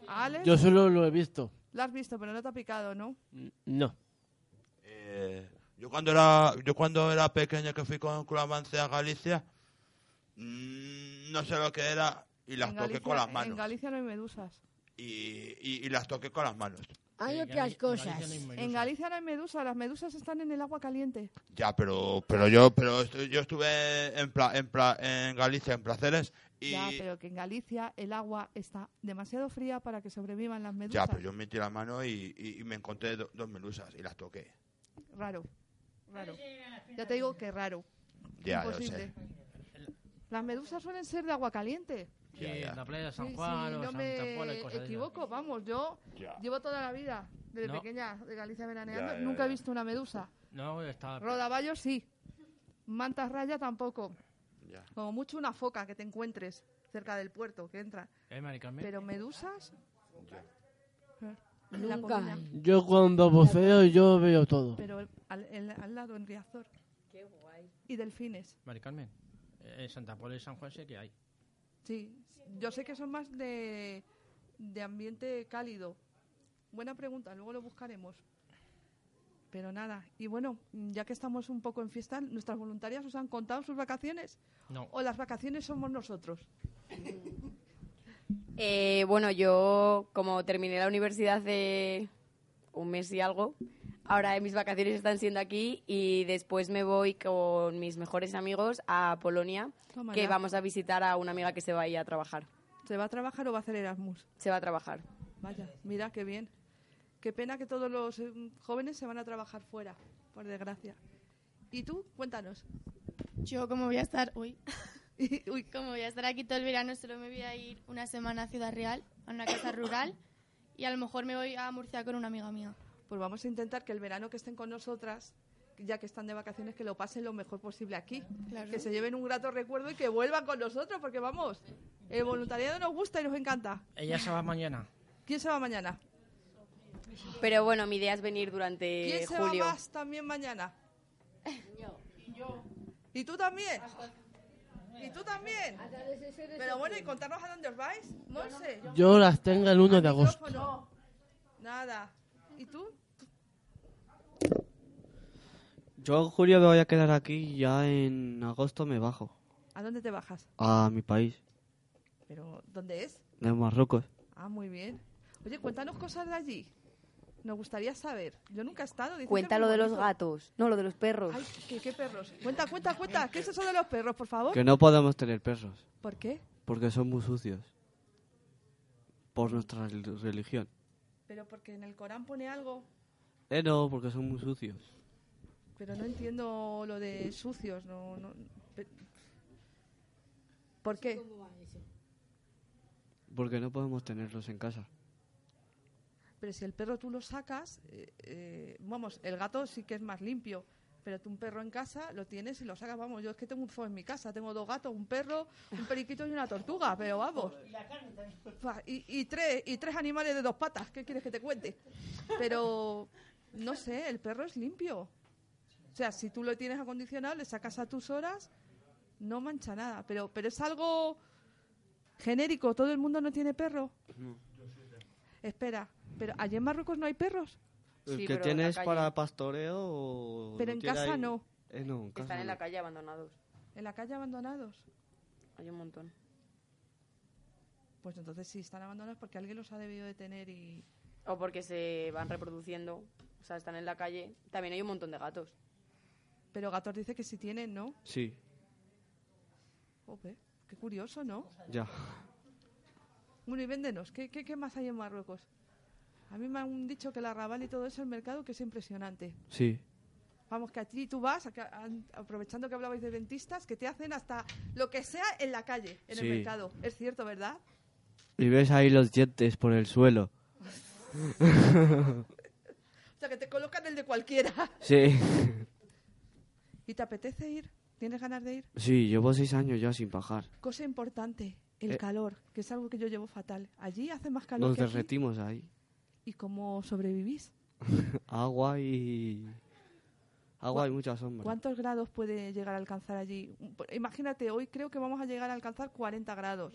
S5: ¿A Alex?
S13: Yo solo lo he visto.
S5: La has visto, pero no te ha picado, ¿no?
S13: No.
S9: Eh, yo cuando era yo cuando era pequeño que fui con Culamance a Galicia mm, no sé lo que era y las
S5: en,
S9: toqué
S5: Galicia, eh,
S9: con las
S5: en
S9: manos
S5: Galicia no hay medusas.
S9: y, y- y las toqué con las manos
S3: Hay otras cosas.
S5: En Galicia no hay medusas, las medusas están en el agua caliente.
S9: ya pero pero yo pero estu- yo estuve en pla- en, pla- en Galicia en placeres y
S5: Ya, pero que en Galicia el agua está demasiado fría para que sobrevivan las medusas.
S9: ya, pero yo metí la mano y, y- y me encontré do- dos melusas y las toqué
S5: Raro, raro. Ya te digo que raro.
S9: ya lo sé
S5: Imposible. Las medusas suelen ser de agua caliente.
S8: Y en la playa de San
S5: Sí,
S8: Juan
S5: sí,
S8: o
S5: no
S8: Santa
S5: me
S8: Pola y cosas de esas.
S5: equivoco, vamos, yo
S8: Ya.
S5: llevo toda la vida desde
S8: No.
S5: pequeña de Galicia veraneando,
S8: Ya, ya,
S5: nunca he
S8: ya.
S5: visto una medusa.
S8: No, está.
S5: Rodaballo sí, mantas raya tampoco,
S9: Ya.
S5: como mucho una foca que te encuentres cerca del puerto que entra,
S8: ¿Eh, Mari Carmen?
S5: pero medusas Eh, en la
S3: Nunca.
S5: Coruña.
S13: Yo cuando boceo yo veo todo.
S5: pero al, el- al lado en Riazor.
S6: Qué guay.
S5: Y delfines,
S8: Mari Carmen. eh, En Santa Pola y San Juan sé que hay.
S5: sí, yo sé que son más de, de ambiente cálido. Buena pregunta, luego lo buscaremos. Pero nada, y bueno, ya que estamos un poco en fiesta, ¿nuestras voluntarias os han contado sus vacaciones?
S8: No.
S5: ¿O las vacaciones somos nosotros?
S6: Eh, bueno, yo como terminé la universidad hace un mes y algo, ahora mis vacaciones están siendo aquí y después me voy con mis mejores amigos a Polonia,
S5: Toma
S6: que
S5: ya.
S6: vamos a visitar a una amiga que se va a ir a trabajar.
S5: ¿Se va a trabajar o va a hacer Erasmus?
S6: Se va a trabajar.
S5: Vaya, mira qué bien. Qué pena que todos los eh, jóvenes se van a trabajar fuera, por desgracia. ¿Y tú? Cuéntanos.
S7: Yo como voy a estar, uy, como voy a estar aquí todo el verano, solo me voy a ir una semana a Ciudad Real, a una casa rural, y a lo mejor me voy a Murcia con una amiga mía.
S5: Pues vamos a intentar que el verano que estén con nosotras, ya que están de vacaciones, que lo pasen lo mejor posible aquí.
S7: Claro.
S5: Que se lleven un grato recuerdo y que vuelvan con nosotros, porque vamos, el voluntariado nos gusta y nos encanta.
S8: Ella se va mañana.
S5: ¿Quién se va mañana?
S6: Pero bueno, mi idea es venir durante
S5: ¿Quién se
S6: Eh, julio.
S5: va más también mañana? Yo. ¿Y tú también? ¿Y tú también? Pero bueno, y contarnos a dónde os vais, Monse.
S13: Yo las tengo el 1 de agosto.
S5: Micrófono. Nada. ¿Y tú?
S15: Yo en julio me voy a quedar aquí y ya en agosto me bajo
S5: ¿A dónde te bajas?
S15: a mi país,
S5: Pero, ¿dónde es?
S15: de Marruecos.
S5: Ah, muy bien. Oye, cuéntanos cosas de allí. Nos gustaría saber. Yo nunca he estado. dicen que es
S6: Cuenta
S5: muy
S6: lo de los
S5: bonito.
S6: gatos, no lo de los perros.
S5: Ay, ¿qué, qué perros? Cuenta, cuenta, cuenta. ¿Qué es eso de los perros, por favor?
S15: Que no podemos tener perros,
S5: ¿Por qué?
S15: porque son muy sucios. Por nuestra rel- religión.
S5: Pero porque en el Corán pone algo.
S15: Eh, no, porque son muy sucios.
S5: Pero no entiendo lo de sucios. No, no. pe- ¿Por qué?
S15: Porque no podemos tenerlos en casa.
S5: Pero si el perro tú lo sacas, eh, eh, vamos, el gato sí que es más limpio, pero tú un perro en casa lo tienes y lo sacas, vamos, yo es que tengo un zoo en mi casa, tengo dos gatos, un perro, un periquito y una tortuga, pero vamos.
S10: ¿eh?
S5: Fa- Y, y tres, y tres animales de dos patas, ¿qué quieres que te cuente? Pero, no sé, el perro es limpio. O sea, si tú lo tienes acondicionado, le sacas a tus horas, no mancha nada, pero, pero es algo genérico, todo el mundo no tiene perro. Espera, pero allí en Marruecos no hay perros.
S15: El que tienes para pastoreo o
S5: Pero
S15: lo
S5: en
S15: tiene
S5: casa
S15: ahí-
S5: no.
S15: Eh, no, en casa
S6: Están en
S15: no.
S6: la calle abandonados.
S5: En la calle abandonados.
S6: Hay un montón.
S5: Pues entonces sí, están abandonados porque alguien los ha debido de tener y...
S6: O porque se van reproduciendo, o sea, están en la calle. También hay un montón de gatos.
S5: Pero Gator dice que sí tienen, ¿no?
S15: Sí,
S5: Jope, qué curioso, ¿no?
S15: ya.
S5: Bueno, y véndenos, ¿qué, qué, qué más hay en Marruecos? A mí me han dicho que el arrabal y todo eso, el mercado, que es impresionante.
S15: Sí.
S5: Vamos, que allí tú vas, a que- a- aprovechando que hablabais de dentistas, que te hacen hasta lo que sea en la calle, en
S15: Sí.
S5: el mercado. Es cierto, ¿verdad?
S15: Y ves ahí los dientes por el suelo.
S5: O sea, que te colocan el de cualquiera.
S15: sí.
S5: ¿Y te apetece ir? ¿Tienes ganas de ir?
S15: Sí, llevo seis años ya sin bajar.
S5: Cosa importante, el
S15: Eh.
S5: calor, que es algo que yo llevo fatal. Allí hace más calor
S15: Nos
S5: que aquí.
S15: derretimos ahí.
S5: ¿Y cómo sobrevivís?
S15: Agua y... Agua y mucha sombra.
S5: ¿Cuántos grados puede llegar a alcanzar allí? Un- por- Imagínate, hoy creo que vamos a llegar a alcanzar 40 grados.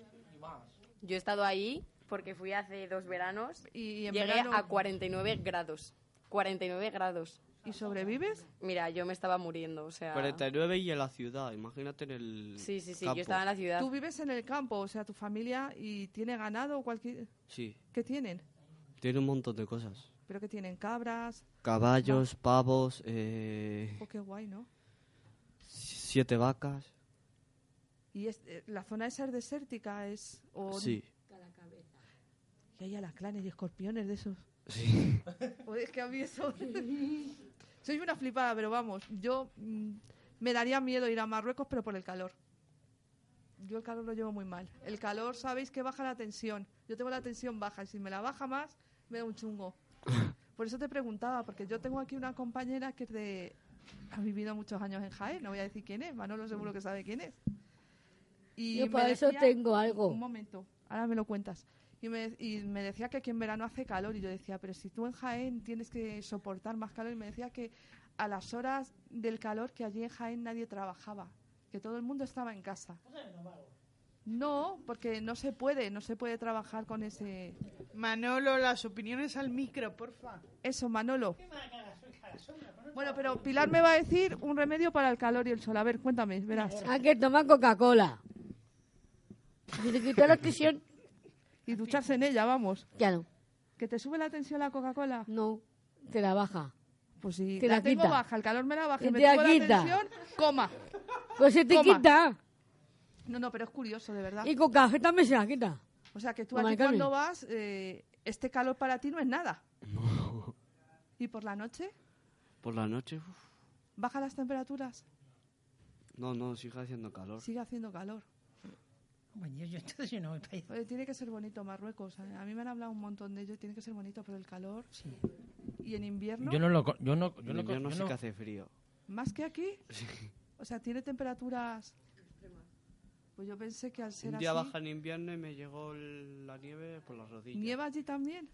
S6: Yo he estado ahí porque fui hace dos veranos
S5: y en
S6: llegué
S5: verano-
S6: a 49 grados. 49 grados.
S5: ¿Y sobrevives?
S6: Mira, yo me estaba muriendo, o sea...
S15: 49 y en la ciudad, imagínate en el
S6: Sí, sí, sí,
S15: campo.
S6: yo estaba en la ciudad.
S5: Tú vives en el campo, o sea, tu familia y tiene ganado o cualquier...
S15: Sí,
S5: ¿Qué tienen?
S15: tiene un montón de cosas.
S5: ¿Pero qué tienen? ¿Cabras?
S6: Ah.
S15: Caballos, pavos, eh,
S5: Oh, qué guay, ¿no?
S15: siete vacas.
S5: ¿Y es- eh, la zona esa es desértica? Es, o-
S15: Sí.
S5: Y hay alacranes y escorpiones de esos.
S15: Sí.
S5: Joder, es que a mí eso... Soy una flipada, pero vamos, yo mm, me daría miedo ir a Marruecos, pero por el calor. Yo el calor lo llevo muy mal. El calor, sabéis que baja la tensión. Yo tengo la tensión baja y si me la baja más, me da un chungo. Por eso te preguntaba, porque yo tengo aquí una compañera que es de... ha vivido muchos años en Jaén, no voy a decir quién es, Manolo seguro que sabe quién es. Y
S3: Yo
S5: me
S3: para eso
S5: decía-
S3: tengo algo.
S5: Un momento, ahora me lo cuentas. Y me, de- y me decía que aquí en verano hace calor y yo decía, pero si tú en Jaén tienes que soportar más calor y me decía que a las horas del calor que allí en Jaén nadie trabajaba, que todo el mundo estaba en casa. No, porque no se puede, no se puede trabajar con ese...
S1: Manolo, las opiniones al micro, porfa.
S5: Eso, Manolo. Bueno, pero Pilar me va a decir un remedio para el calor y el sol. A ver, cuéntame, verás.
S3: Hay Ah, que tomar Coca-Cola. Y te quita la tensión.
S5: Y ducharse en ella, vamos.
S3: Ya no.
S5: ¿Que te sube la tensión la Coca-Cola?
S3: No, te la baja.
S5: Pues sí,
S3: Te
S5: la,
S3: la
S5: tengo
S3: quita.
S5: baja, el calor me la baja,
S3: Te
S5: y me
S3: la
S5: sube
S3: quita.
S5: la tensión, coma.
S3: Pues se te
S5: Coma.
S3: quita.
S5: No, no, pero es curioso, de verdad.
S3: Y con café también se la quita.
S5: O sea, que tú
S3: Mamá
S5: aquí
S3: del Carmen.
S5: cuando vas, eh, este calor para ti no es nada. ¿Y por la noche?
S15: Por la noche, uf,
S5: ¿Baja las temperaturas?
S15: no, no, sigue haciendo calor.
S5: Sigue haciendo calor.
S10: Bueno, yo, yo entonces yo no voy para allá.
S5: Oye, tiene que ser bonito Marruecos. ¿eh? A a mí me han hablado un montón de ello. Tiene que ser bonito, pero el calor... Sí. ¿Y en invierno?
S8: Yo no lo. co- Yo no. Yo
S15: En
S8: no, co-
S15: invierno
S8: yo
S15: sí
S8: no-
S15: que hace frío.
S5: ¿Más que aquí? O sea, tiene temperaturas... Pues yo pensé que al ser
S15: Un día
S5: así...
S15: baja en invierno y me llegó el- la nieve por las rodillas.
S5: ¿Nieva allí también?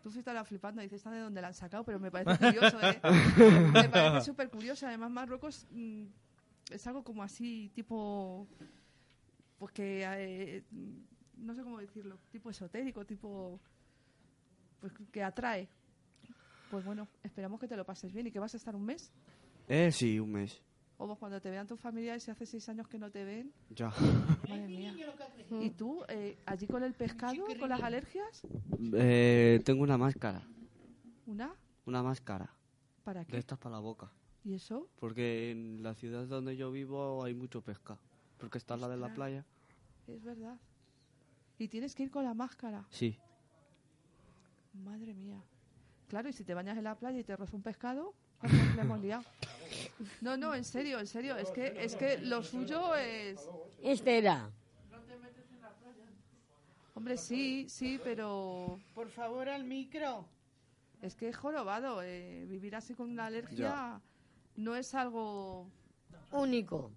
S5: Tú sí estarás flipando, dices, ¿está de dónde la han sacado? Pero me parece curioso, ¿eh? me parece súper curioso. Además, Marruecos mm, es algo como así, tipo... Pues que... eh, mm, no sé cómo decirlo. Tipo esotérico, tipo... Pues que atrae. Pues bueno, esperamos que te lo pases bien y que vas a estar un mes.
S15: Eh, sí, un mes.
S5: O vos cuando te vean tus familiares y hace seis años que no te ven.
S15: Ya.
S5: Madre mía. ¿Y tú, eh, allí con el pescado, con las alergias?
S15: Eh, tengo una máscara.
S5: ¿Una?
S15: Una máscara.
S5: ¿Para
S15: De
S5: qué?
S15: estas para la boca.
S5: ¿Y eso?
S15: Porque en la ciudad donde yo vivo hay mucho pesca. Porque está la de la
S5: Ostras.
S15: playa.
S5: Es verdad. Y tienes que ir con la máscara.
S15: Sí.
S5: Madre mía. Claro, y si te bañas en la playa y te roza un pescado, pues la hemos liado. No, no, en serio, en serio. Es que, es que lo suyo es...
S3: Estela.
S5: Hombre, sí, sí, pero...
S1: Por favor, al micro.
S5: Es que es jorobado. eh, Vivir así con una alergia
S1: Ya.
S5: no es algo...
S3: Único.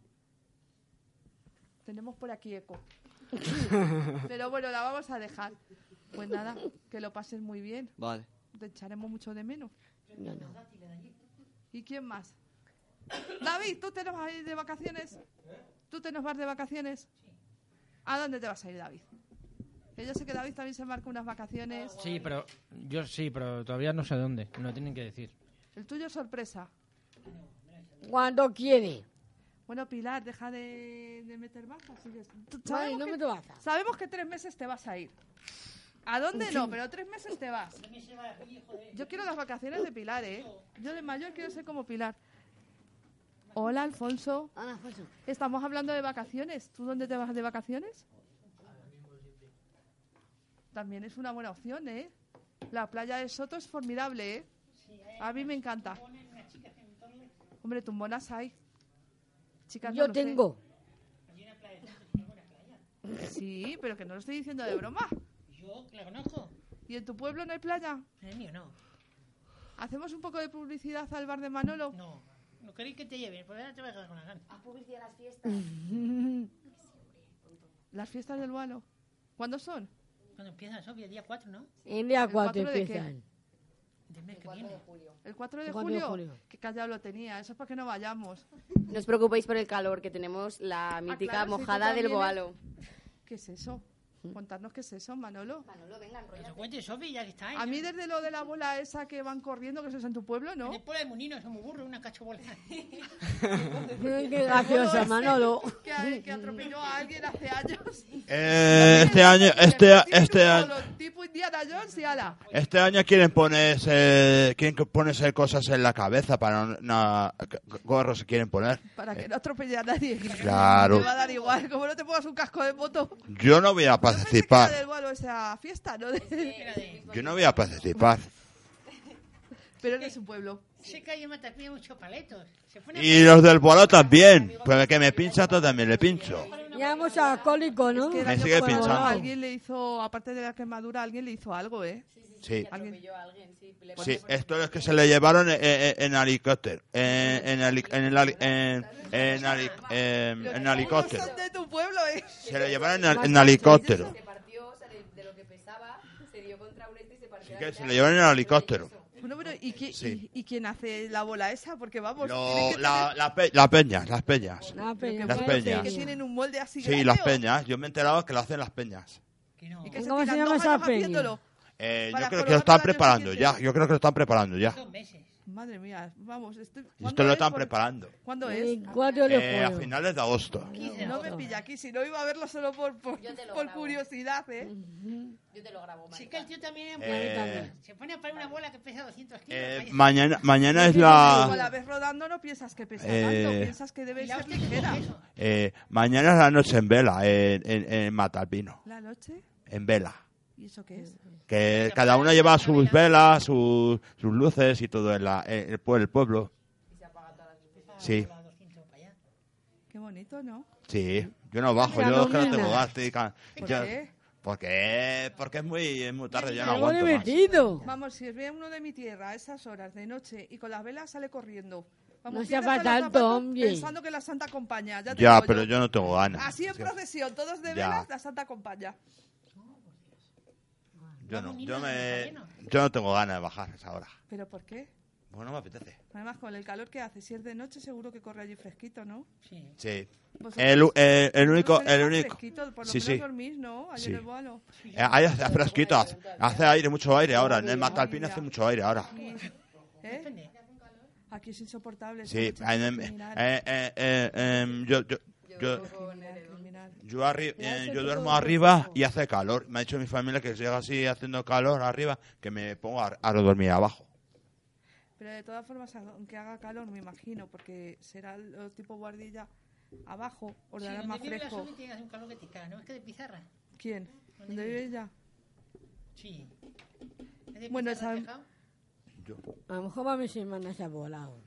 S5: Tenemos por aquí eco. Pero bueno, la vamos a dejar. Pues nada, que lo pases muy bien.
S15: Vale.
S5: Te echaremos mucho de menos.
S3: No, no.
S5: ¿Y quién más? David, ¿tú te nos vas a ir de vacaciones? ¿Tú te nos vas de vacaciones? ¿A dónde te vas a ir, David? Que yo sé que David también se marca unas vacaciones.
S8: Sí, pero. Yo sí, pero todavía no sé dónde. Me lo tienen que decir.
S5: El tuyo es sorpresa.
S3: Cuando quiere.
S5: Bueno, Pilar, deja de, de meter baza. sigues. Tú-
S3: Vale, no
S5: que-
S3: meto baza.
S5: Sabemos que tres meses te vas a ir. ¿A dónde
S3: Sí.
S5: no? Pero tres meses te vas. Yo quiero las vacaciones de Pilar, ¿eh? Yo de mayor quiero ser como Pilar. Hola, Alfonso.
S3: Hola, Alfonso.
S5: Estamos hablando de vacaciones. ¿Tú dónde te vas de vacaciones? También es una buena opción, ¿eh? La playa de Soto es formidable, ¿eh? A mí me encanta. Hombre, tumbonas hay. Chicas, no
S3: Yo
S5: lo sé.
S3: tengo.
S5: Sí, pero que no lo estoy diciendo de broma.
S10: Yo la conozco.
S5: ¿Y en tu pueblo no hay playa?
S10: En el mío no.
S5: ¿Hacemos un poco de publicidad al bar de Manolo?
S10: No. No queréis que te lleven, pues ahora te voy a quedar con la gana.
S16: Haz publicidad a las fiestas.
S5: Las fiestas del Gualo. ¿Cuándo son?
S10: Cuando empiezan, Sofía, el día 4, ¿no?
S3: En día
S5: ¿El
S3: 4
S5: cuatro de qué?
S3: empiezan.
S10: Del mes que viene.
S5: ¿El 4 de
S3: El 4 de
S5: julio?
S3: julio.
S5: Que callado lo tenía. Eso es para que no vayamos.
S6: No os preocupéis por el calor, que tenemos la mítica
S5: Ah, claro, sí, tú
S6: mojada del
S5: también eres-
S6: boalo.
S5: ¿Qué es eso?
S3: Mm.
S5: Contarnos qué es eso, Manolo.
S6: Manolo, venga,
S10: Pero cuente, Sofía, ya que está.
S5: A mí desde lo de la bola esa que van corriendo, que eso es en tu pueblo, ¿no?
S10: Después de Munino, somos burros, una cachobola.
S3: Qué graciosa, Manolo.
S5: Que, que atropelló a alguien hace años.
S9: Eh, este año, este, a- este año,
S5: tipo Indiana Jones y ala.
S9: este año quieren ponerse, quieren que ponerse cosas en la cabeza para no, no- gorros se quieren poner.
S5: Para que no atropelle a nadie.
S9: Claro.
S5: Te va a dar igual. Como no te pongas un casco de moto.
S9: Yo no voy a
S5: Era
S9: participar,
S5: del Gualo esa fiesta, ¿no?
S9: yo no voy a participar.
S5: Pero no es un pueblo.
S10: Se cae y mata pide muchos paletos. Se pone
S9: Y los del bolo también, pues que me pincha todo también le pincho.
S3: Llamamos a alcohólico, ¿no?
S9: Me daño sigue por pinchando. volado.
S5: Alguien le hizo, aparte de la quemadura, alguien le hizo algo, ¿eh?
S9: Sí.
S5: Alguien-
S9: Sí, esto es que se le llevaron eh, eh, en, helicóptero, eh, en, heli- en, el heli- en, en heli- em, en- en helicóptero.
S5: Son de tu pueblo, ¿eh?
S9: Se lo llevaron en, en helicóptero.
S6: Se partió, o sea, de, de lo que pesaba, se dio contra un este y se partió. la
S9: Que se
S6: mitad.
S9: lo llevaron en helicóptero.
S5: Bueno, pero ¿y, qui-
S9: Sí.
S5: y- y quién hace la bola esa? Porque vamos. tiene
S9: Lo-
S5: que
S9: la, la pe- la peña, las peñas.
S3: Ah, pero
S9: Las
S3: qué
S9: peñas.
S5: Que tienen un molde así
S9: Sí, las peñas. Yo me he enterado que lo hacen las peñas.
S5: ¿Y que
S3: ¿Cómo se
S5: tiran
S3: llama
S5: dos
S3: esa
S5: años
S3: peña?
S5: haciéndolo.
S9: Eh, yo
S5: Para
S9: creo que
S5: coronar
S9: lo están
S5: al año
S9: preparando ya.
S5: siguiente.
S9: Yo creo que lo están preparando ya.
S10: dos meses.
S5: Madre mía, vamos, estoy...
S9: Esto
S5: ¿cuándo
S9: lo
S5: es?
S9: están
S5: Por-
S9: preparando.
S5: ¿Cuándo es?
S3: Pues
S9: Eh, a finales de agosto.
S5: No me pilla aquí, si no iba a verlo solo por, por, por curiosidad, ¿eh?
S10: Yo te lo grabo,
S5: Sí, que el tío también
S9: es Eh, también.
S10: Se pone a parar una bola que pesa 200 kilos.
S9: Eh,
S10: vaya.
S9: mañana, mañana es
S5: Como la
S9: la
S5: ves rodando no piensas que pesa
S9: Eh,
S5: tanto, piensas que debe ser ligera.
S9: eh, mañana es la noche en vela en, en, en Matalpino,
S5: ¿La noche?
S9: en vela.
S5: ¿Y eso qué es?
S9: Que cada uno lleva sus velas, sus, sus luces y todo en la, en el, pue- el pueblo. Sí,
S5: Qué bonito, ¿no?
S9: sí. Yo no bajo,
S5: La
S9: yo es que no
S5: luna.
S9: tengo gas. estoy ca-
S5: ¿Por
S9: yo-
S5: qué?
S9: Porque, porque es muy, es muy tarde, yo no
S5: Algo
S9: aguanto más.
S5: Vamos, si os ve uno de mi tierra a esas horas de noche y con las velas sale corriendo.
S3: No
S5: Vamos,
S3: sea
S5: tiene hasta
S3: fatal,
S5: los zapatos
S3: hombre.
S5: Pensando que la Santa acompaña. Ya, te
S9: Ya,
S5: digo
S9: pero yo no tengo ganas.
S5: Así en
S9: Es que
S5: procesión, todos de
S9: Ya.
S5: velas, la Santa acompaña.
S9: Yo no, yo me, yo no tengo ganas de bajar a esa hora.
S5: ¿Pero por qué?
S9: Bueno, me apetece.
S5: Además, con el calor que hace, si es de noche, seguro que corre allí fresquito, ¿no? Pues Sí.
S9: Sí.
S5: Vosotros-
S9: El, u- eh. el, el único,
S5: tenéis
S9: el
S5: más
S9: único.
S5: fresquito, por lo
S9: sí,
S5: menos
S9: sí.
S5: dormís, ¿no? Allí
S9: Sí.
S5: en el Boalo.
S9: Eh, ahí hace hace fresquito, hace, hace aire, mucho aire ahora. En el Matalpín hace mucho aire ahora.
S5: Aquí, ¿eh? Aquí es insoportable.
S9: Sí,
S5: esta noche,
S9: en-
S5: hay que
S9: eh,
S5: mirar.
S9: eh, eh, eh, em, yo, yo, yo, yo, arri- eh, yo duermo arriba y hace calor. Me ha dicho mi familia que llega así haciendo calor arriba, que me pongo a, a dormir abajo.
S5: Pero de todas formas, aunque haga calor, me imagino, porque será el tipo guardilla abajo, os dará
S10: Sí,
S5: más
S10: donde vive la
S5: fresco.
S10: Sumi tiene un calor que te caga, ¿no? Es que de pizarra.
S5: ¿Quién?
S10: ¿Dónde
S5: ¿Dónde
S10: vive?
S5: vive ella?
S10: Sí. Es de
S3: Bueno,
S10: pizarra,
S3: esa-
S10: tejado.
S3: A lo mejor va mi semana se ha volado.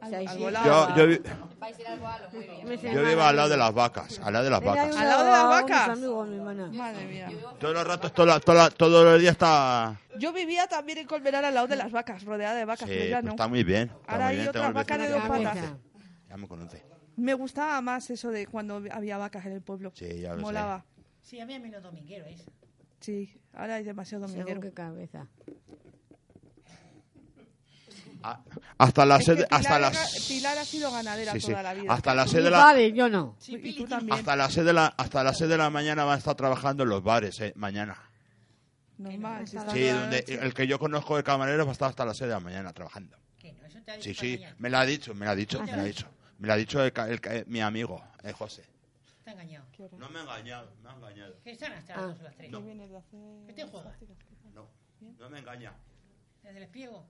S5: Al-
S9: al volado. Yo- yo vi-
S6: Vais a ir al Boalo, muy bien.
S9: Yo vivo al lado de las vacas, al lado de las vacas.
S5: al lado de las vacas.
S3: Madre
S5: mía.
S9: Todos los ratos, toda la- toda la- todos los días está...
S5: Yo vivía también en Colmenar al lado de las vacas, rodeada de vacas,
S9: Sí,
S5: pero ya
S9: pues
S5: no.
S9: está muy bien. Está
S5: Ahora
S9: muy
S5: hay
S9: bien,
S5: otras
S9: tengo el
S5: vacas de
S9: vecino
S5: dos
S9: que me
S5: patas.
S9: conoce. Ya me conoce.
S5: Me gustaba más eso de cuando había vacas en el pueblo.
S9: Sí, ya lo sé.
S5: Molaba.
S10: Sí, había menos dominguero eso.
S5: Sí, ahora hay demasiado
S10: Según
S5: dominguero.
S10: qué
S5: cabeza.
S9: Ah, Hasta las
S5: Es
S9: seis
S5: que
S9: de- hasta
S5: Pilar
S9: las
S5: era- Pilar ha sido ganadera
S9: Sí, sí.
S5: toda la vida.
S9: Hasta las seis de la
S3: yo no.
S5: y tú también.
S9: hasta las seis de la hasta las seis de la mañana va a estar trabajando en los bares eh, mañana.
S5: Normal. si está
S9: Sí,
S5: toda la
S9: donde
S5: noche.
S9: el que yo conozco de camarero va a estar hasta las seis de la mañana trabajando. Sí, sí, me lo ha Ah, dicho, me lo ha dicho, me lo ha dicho. Me lo ha dicho el ca- el ca- eh, mi amigo, eh, José.
S10: Está engañado.
S9: No me ha engañado, me ha engañado.
S10: Que están hasta
S9: Ah.
S10: las dos o las tres.
S9: No. ¿Qué
S10: ¿Qué te juegas?
S9: No, no me engaña.
S10: ¿Desde el espiego?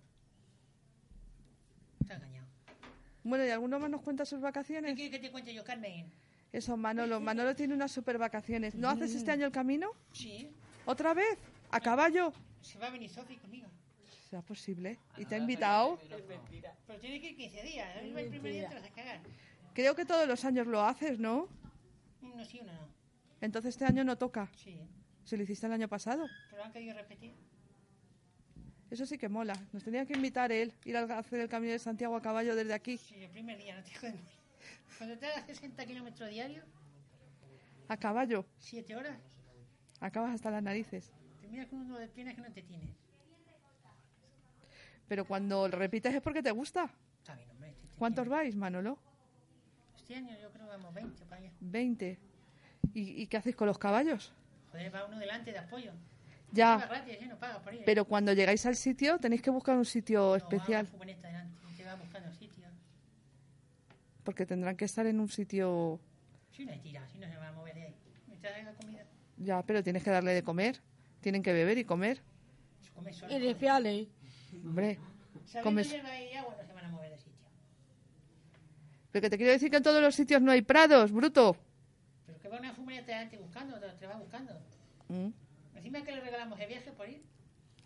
S10: Está engañado.
S5: Bueno, ¿y alguno más nos cuenta sus vacaciones?
S10: ¿Qué quieres que te cuente yo, Carmen?
S5: Eso, Manolo. Manolo tiene unas super vacaciones. ¿No
S10: Mm.
S5: haces este año el camino?
S10: Sí.
S5: ¿Otra vez? ¿A caballo?
S10: Se va a venir Sofi conmigo.
S5: ¿Será posible? ¿Y
S10: Ah,
S5: te ha invitado?
S10: Pero tiene que ir 15 días. ¿eh? El primer día te vas a cagar.
S5: Creo que todos los años lo haces, ¿no?
S10: Uno sí, uno no.
S5: Entonces este año no toca.
S10: Sí.
S5: Se lo hiciste el año pasado.
S10: Pero han querido repetir.
S5: Eso sí que mola. Nos tenía que invitar él, ir a hacer el camino de Santiago a caballo desde aquí.
S10: Sí, el primer día, no te jodemos. Cuando te hagas 60 kilómetros diarios,
S5: A caballo.
S10: 7 horas,
S5: Acabas hasta las narices.
S10: terminas con uno de piernas que no te tiene.
S5: Pero cuando lo repites es porque te gusta.
S10: Está bien, hombre. Este,
S5: ¿Cuántos vais, Manolo?
S10: este año yo creo que vamos 20 para allá.
S5: 20. ¿Y, y qué hacéis con los caballos?
S10: Joder, va uno delante de apoyo.
S5: Ya.
S10: Lleva gratis, ¿eh? No paga por ir.
S5: Pero cuando llegáis al sitio tenéis que buscar un sitio especial.
S10: Con esta delante, te va buscando sitio.
S5: Porque tendrán que estar en un sitio...
S10: Si no hay tira, si no se va a mover de ahí. Mientras haga comida,
S5: Ya, pero tienes que darle de comer. Tienen que beber y comer.
S10: se come solo.
S3: Y despiale.
S5: Hombre.
S10: Sabiendo
S5: comes-
S10: hierba y agua no se van a mover de sitio.
S5: Pero que te quiero decir que en todos los sitios no hay prados, bruto.
S10: Pero que va una fumería delante buscando, te, te va buscando.
S5: Mm.
S10: Encima que le regalamos el viaje por ir,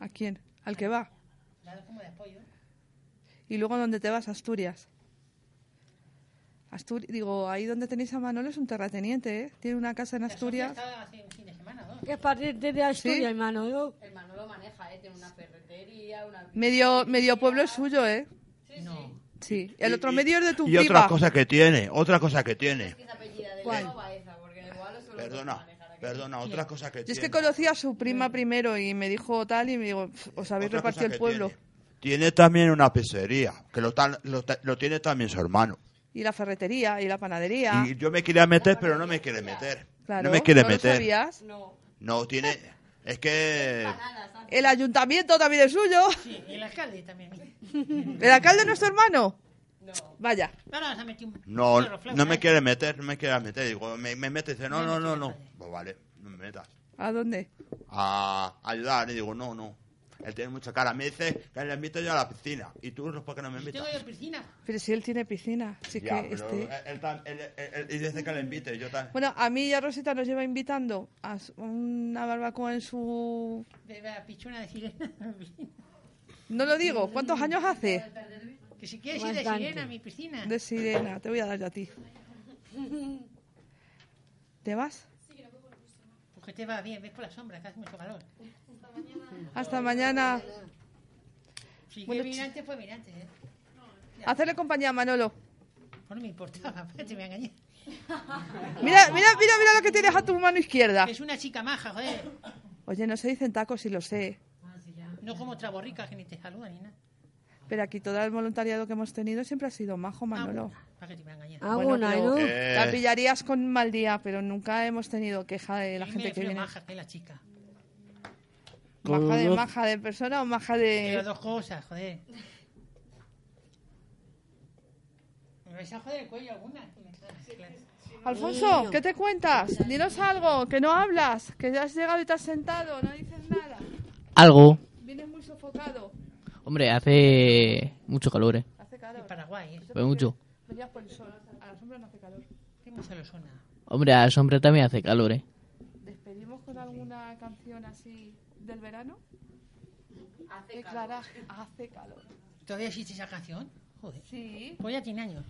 S5: ¿A quién? Al que va.
S10: dado como de apoyo.
S5: Y luego donde te vas, Asturias. Astur digo, ahí donde tenéis a Manolo es un terrateniente, ¿eh? Tiene una casa en Asturias.
S10: Estaba hace un fin de semana o dos.
S3: Es partirte de Asturias, hermano. Yo-
S6: El Manolo maneja, ¿eh? Tiene una ferretería, una...
S5: Medio, medio pueblo es suyo, ¿eh? Sí. El otro medio es de tu
S9: Y
S5: prima.
S9: otra cosa que tiene, otra cosa que tiene.
S6: Es apellida de
S5: ¿Cuál?
S6: Leo Baeza, porque en el Boalo solo...
S9: Perdona, perdona, otra cosa que
S5: Yo es
S9: tiene.
S5: que conocí a su prima primero y me dijo tal y me digo, "Pf, os habéis
S9: Mm. Otra cosa
S5: repartido el
S9: que
S5: pueblo.
S9: Tiene también una pizzería, que lo, tan- lo, ta- lo tiene también su hermano.
S5: Y la ferretería y la panadería.
S9: Y yo me quería meter, pero no me quiere meter.
S5: Claro,
S9: no me quiere
S5: lo
S9: meter.
S5: sabías?
S9: No, tiene. Es que...
S5: El ayuntamiento también es suyo.
S10: Sí, y el alcalde también.
S5: ¿El alcalde no es tu hermano? Vaya.
S10: No, no, se ha metido un
S9: No,
S10: perro flauta,
S9: no me
S10: ¿eh?
S9: quiere meter, no me quiere meter. Digo, me, me mete, dice, no, no, no, no. Pues vale, no me metas.
S5: ¿A dónde?
S9: A ayudar. Y digo, no, no. Él tiene mucha cara. Me dice que le invito yo a la piscina. ¿Y tú no, por qué no me invitas?
S10: Tengo yo piscina.
S5: Pero si él tiene piscina. Si es
S9: Ya,
S5: que
S9: pero eh.
S5: este-
S9: él, él tam- él- él- él- y dice que le invite, yo también.
S5: Bueno, a mí y a Rosita nos lleva invitando a su- una barbacoa en su...
S10: Bebe a pichona de sirena.
S5: No lo digo. ¿Cuántos años hace?
S10: que si quieres ir de
S5: Bastante.
S10: sirena a mi piscina.
S5: De sirena. Te voy a dar yo a ti. ¿Te vas?
S10: Porque te va bien, ves por la sombra, que hace mucho calor.
S5: Hasta mañana.
S10: Si
S5: Bueno,
S10: fue mirante, fue mirante. ¿eh?
S5: Hacerle compañía a Manolo.
S10: Pues no me importaba, te me engañé.
S5: Mira, mira, mira, mira lo que tienes a tu mano izquierda.
S10: Que es una chica maja, joder.
S5: Oye, no se dicen tacos, si lo sé.
S10: No como otra borrica que ni te saluda ni nada.
S5: Pero aquí todo el voluntariado que hemos tenido siempre ha sido
S10: Ah,
S5: majo, Manolo.
S10: Para que te me engañé.
S5: Bueno, pero
S10: Eh.
S5: La pillarías con mal día, pero nunca hemos tenido queja de la
S10: A mí me
S5: gente que
S10: refiero
S5: viene.
S10: maja, que es la chica.
S5: Maja de maja de persona o maja
S10: De las
S5: de...
S10: dos cosas, joder. Me vais a joder el cuello alguna.
S5: Alfonso, ¿qué te cuentas? Dinos algo, que no hablas, que ya has llegado y te has sentado, no dices nada.
S16: Algo.
S5: Vienes muy sofocado.
S16: Hombre, hace mucho calor, ¿eh?
S5: Hace calor. En
S10: Paraguay, ¿eh?
S16: Pero mucho.
S5: Venías por el sol. A la sombra no hace calor.
S10: ¿Qué mucho lo suena?
S16: Hombre, a la sombra también hace calor, ¿eh?
S5: ¿Despedimos con alguna canción así del verano? Hace calor. Hace calor.
S10: ¿Todavía existe esa canción? Joder.
S5: Sí.
S10: Pues ya tiene años.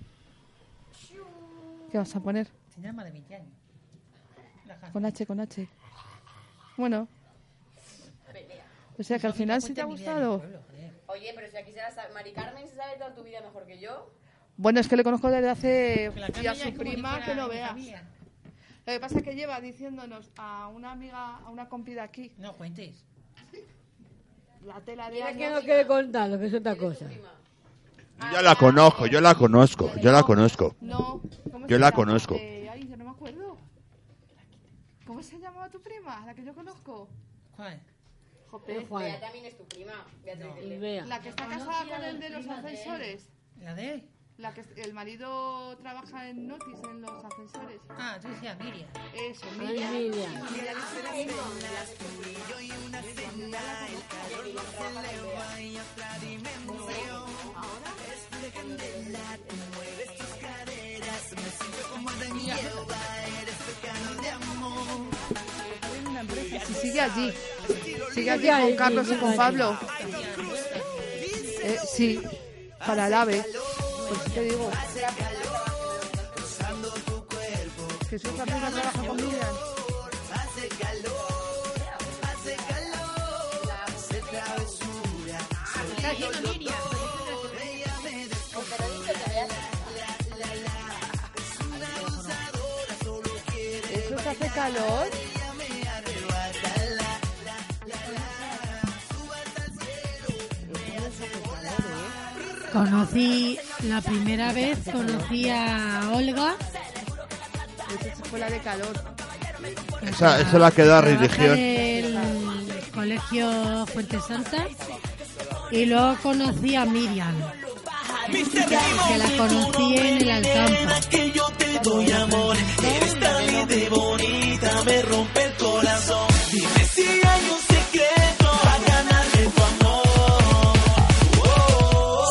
S5: ¿Qué vas a poner?
S10: Tendrá más de 20 años. La canción.
S5: Con H, con H. Bueno. O sea que al final sí te ha gustado.
S6: Oye, pero si aquí se la sabe. Mari Carmen se sabe toda tu vida mejor que yo.
S5: Bueno, es que le conozco desde hace... Y a
S6: Carmen ya
S5: su
S6: es como si
S5: prima
S6: fuera
S5: que no
S6: mi
S5: veas.
S6: familia.
S5: Lo que pasa es que lleva diciéndonos a una amiga, a una compi de aquí...
S10: No cuentes.
S5: La tela de...
S3: Mira
S5: Ana.
S3: que no quiere contarlo, que es otra cosa.
S9: Yo ya la conozco, yo la conozco, yo la conozco.
S5: No. ¿Cómo
S9: Yo
S5: se
S9: la
S5: llama?
S9: conozco.
S5: Eh, ay, yo no me acuerdo. ¿Cómo se llamaba tu prima? La que yo conozco.
S10: ¿Cuál?
S5: Jope.
S6: Bea también es tu prima. Beatriz
S10: No.
S6: Dele.
S5: La que está casada con el de los ascensores.
S10: ¿La de?
S5: La que el marido trabaja en Notis en los ascensores.
S10: Ah, tú decías Miriam.
S5: Eso,
S10: Ay,
S5: Miriam.
S10: Miriam.
S5: Si sigue allí. Sigue allí
S3: Sigue ahí,
S5: con Carlos y
S3: sigue
S5: con
S3: ahí.
S5: Pablo. Eh, sí, para el ave. Pues te digo. Que soy la prima trabaja con Miriam.
S12: Hace calor, hace calor, hace travesura.
S10: Está haciendo Miriam.
S5: Eso que hace calor.
S14: Conocí la primera vez, conocí a Olga.
S5: Pues Eso fue la de calor.
S9: Esa, esa la que da
S14: trabaja
S9: religión.
S14: En el colegio Fuente Santa. Y luego conocí a Miriam. Que la conocí en el Alcampo.
S12: Que yo te doy amor, eres tan de bonita, me rompe el corazón. Dime si hay un secreto para ganarme tu amor.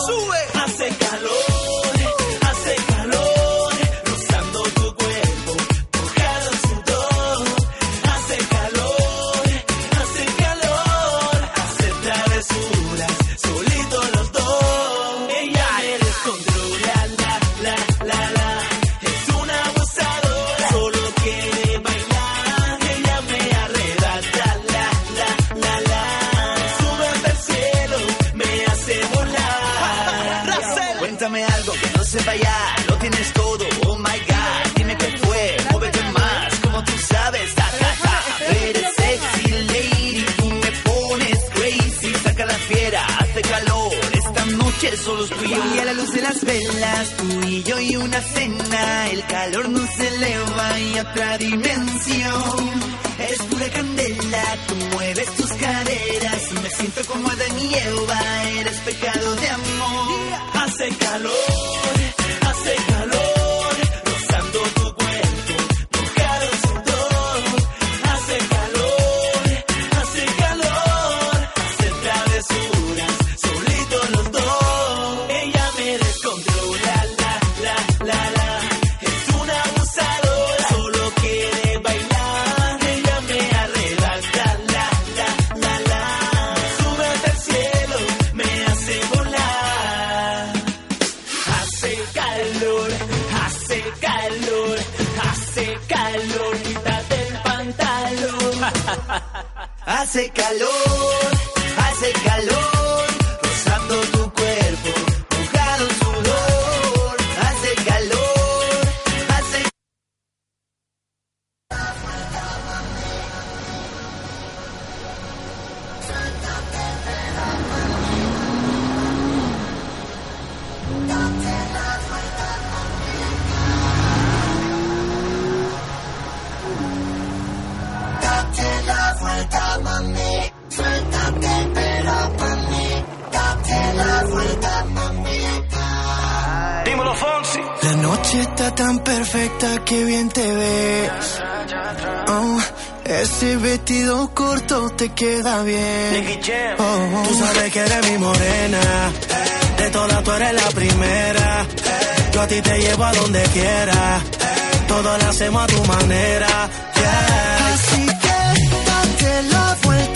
S12: Sube, hace calor, hace calor, rozando tu cuerpo, mojado el sudor. Hace calor, hace calor, hace travesuras, solito los dos. Ella eres controlar, la, la, la, la. Es una abusadora, solo quiere bailar. Ella me arrebata, la, la, la, la. Sube hasta el cielo, me hace volar. Cuéntame algo que no sepa ya, lo tienes todo, oh my god. Dime qué fue, muévete más, como tú sabes, ta, ta, ta. Eres sexy lady, tú me pones crazy. Saca la fiera, hace calor, esta noche solo es tú y yo. Y a la luz de las velas, tú y yo y una cena. El calor nos eleva y a otra dimensión.
S4: Eres pura candela, tú mueves tus caderas. Me siento como Adán y Eva, eres pecado de amor. Hace calor, hace calor, rozando tu cuerpo, tu cara al sudor. Hace calor, hace calor, hace travesuras, solitos los dos. Ella me descontrola, la, la, la, la. Es una abusadora, solo quiere bailar. Ella me arrebata, la, la, la, la. Sube hasta el cielo, me hace volar. Hace calor, hace calor, hace calor, quítate el pantalón. hace calor, hace calor, rozando tu cuerpo, mojado en sudor. Hace calor, hace Date la vuelta, mami. Suéltate, pero mami. Date la vuelta, mami. Dímelo, Fonsi.
S17: La noche está tan perfecta que bien te ves. Oh, ese vestido corto te queda bien. Oh, tú sabes que eres mi morena. De todas tú eres la primera. Yo a ti te llevo a donde quiera. Todo lo hacemos a tu manera. Yeah.
S4: Así que date la vuelta. este